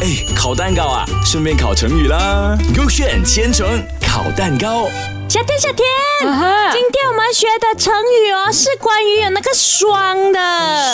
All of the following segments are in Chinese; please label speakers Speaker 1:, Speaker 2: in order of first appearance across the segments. Speaker 1: 哎，烤蛋糕啊，顺便烤成语啦。勾选千层烤蛋糕，
Speaker 2: 小天，小天
Speaker 3: 啊哈
Speaker 2: 今天我们学的成语哦，是关于有那个双的。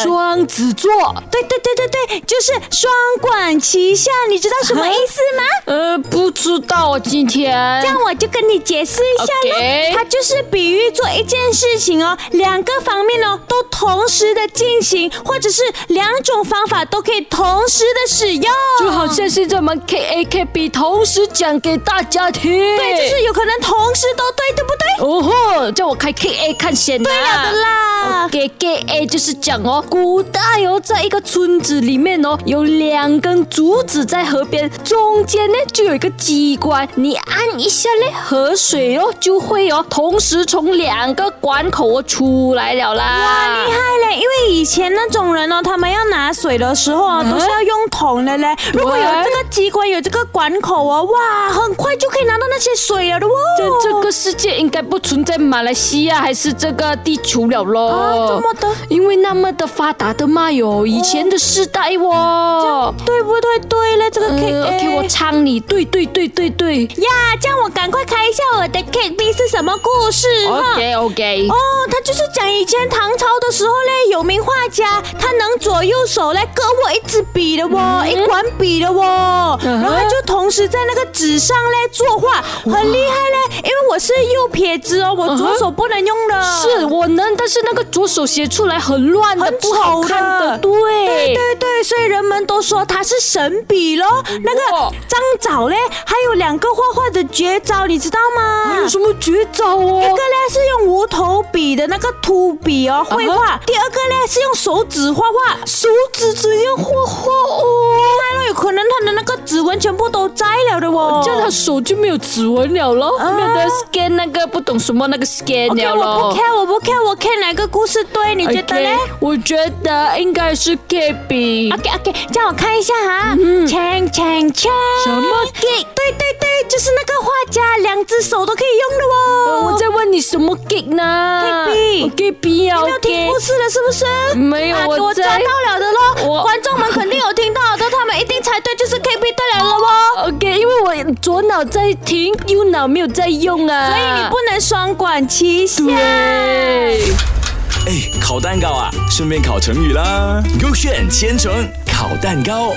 Speaker 3: 双子座，
Speaker 2: 对对对对对，就是双管齐下，你知道什么意思吗？
Speaker 3: 呃，不知道今天
Speaker 2: 这样我就跟你解释一下喽
Speaker 3: 啊 OK
Speaker 2: 它就是比喻做一件事情哦，两个方面哦都同时的进行，或者是两种方法都可以同时的使用。
Speaker 3: 就好像现在我们 K A K B 同时讲给大家听，
Speaker 2: 对，就是有可能同时都对，对不对？
Speaker 3: 哦吼，叫我开 K A 看先啊对
Speaker 2: 对了的啦。
Speaker 3: 给 K A 就是讲哦，古代哦，在一个村子里面哦，有两根竹子在河边，中间呢就有一个机关，你按一下呢，河水哦就会哦同时从两个管口哦出来了啦。
Speaker 2: 厉害嘞！因为以前那种人哦，他们要拿水的时候
Speaker 3: 嗯
Speaker 2: 啊，都是要用桶的嘞。如果有这个机关，有这个管口哦，哇，很快就可以拿到那些水了的哦。
Speaker 3: 这这个世界应该不存在马来西亚还是这个地球了咯？
Speaker 2: 啊怎么的
Speaker 3: 因为那么的发达的嘛哟，以前的世代哦。
Speaker 2: 对不对？对了，这个 K
Speaker 3: 呃
Speaker 2: A，
Speaker 3: ，OK，我唱你，对对对对对
Speaker 2: 呀，这样我赶快看一下我的 K B 是什么故事哈。
Speaker 3: ，OK OK，
Speaker 2: 哦，他就是讲以前唐朝的时候嘞，有名画家，他能左右手来各握一支笔的哦，一管笔的哦，
Speaker 3: 嗯嗯哼
Speaker 2: 然后他就同时在那个纸上嘞作画，很厉害嘞。因为我是右撇子哦，我左手不能用的。
Speaker 3: 嗯是啊我能，但是那个左手写出来很乱的，
Speaker 2: 很
Speaker 3: 不
Speaker 2: 丑
Speaker 3: 好
Speaker 2: 的
Speaker 3: 看的，对。
Speaker 2: 哎对对，所以人们都说他是神笔咯。
Speaker 3: 哎
Speaker 2: 那个张枣嘞，还有两个画画的绝招，你知道吗？
Speaker 3: 还有什么绝招哦
Speaker 2: 一个？呢是用无头笔的那个秃笔哦
Speaker 3: 啊
Speaker 2: 绘画，第二个呢是用手指画画，手指只用画画哦，厉害了，有可能他的那个指纹全部都摘了的哦。
Speaker 3: 这样他手就没有指纹了咯，没有得 scan 那个不懂什么那个 scan
Speaker 2: 啊 OK，
Speaker 3: 了
Speaker 2: 我
Speaker 3: 咯
Speaker 2: 不。看，我不看，我看哪个故事对？你觉得呢
Speaker 3: OK，我觉得应该是 K B。
Speaker 2: ？OK OK，叫我看一下哈，锵锵锵，
Speaker 3: 嗯什么
Speaker 2: gay？对对对，就是那个画家，两只手都可以用的哦。
Speaker 3: 我在问你什么 gig 呢
Speaker 2: Gig
Speaker 3: ？K B 啊
Speaker 2: 没有听
Speaker 3: ，OK
Speaker 2: 故。事了是不是？
Speaker 3: 没有
Speaker 2: 啊
Speaker 3: 我
Speaker 2: 我抓
Speaker 3: 在
Speaker 2: 到了的咯。
Speaker 3: 我
Speaker 2: 观众们肯定有听到的，他们一定猜对，就是 K B 对了了哦。
Speaker 3: OK，因为我左脑在停，右脑没有在用啊。
Speaker 2: 所以你不能双管齐下。
Speaker 3: 对。
Speaker 1: 哎，烤蛋糕啊，顺便烤成语啦。勾选千层烤蛋糕。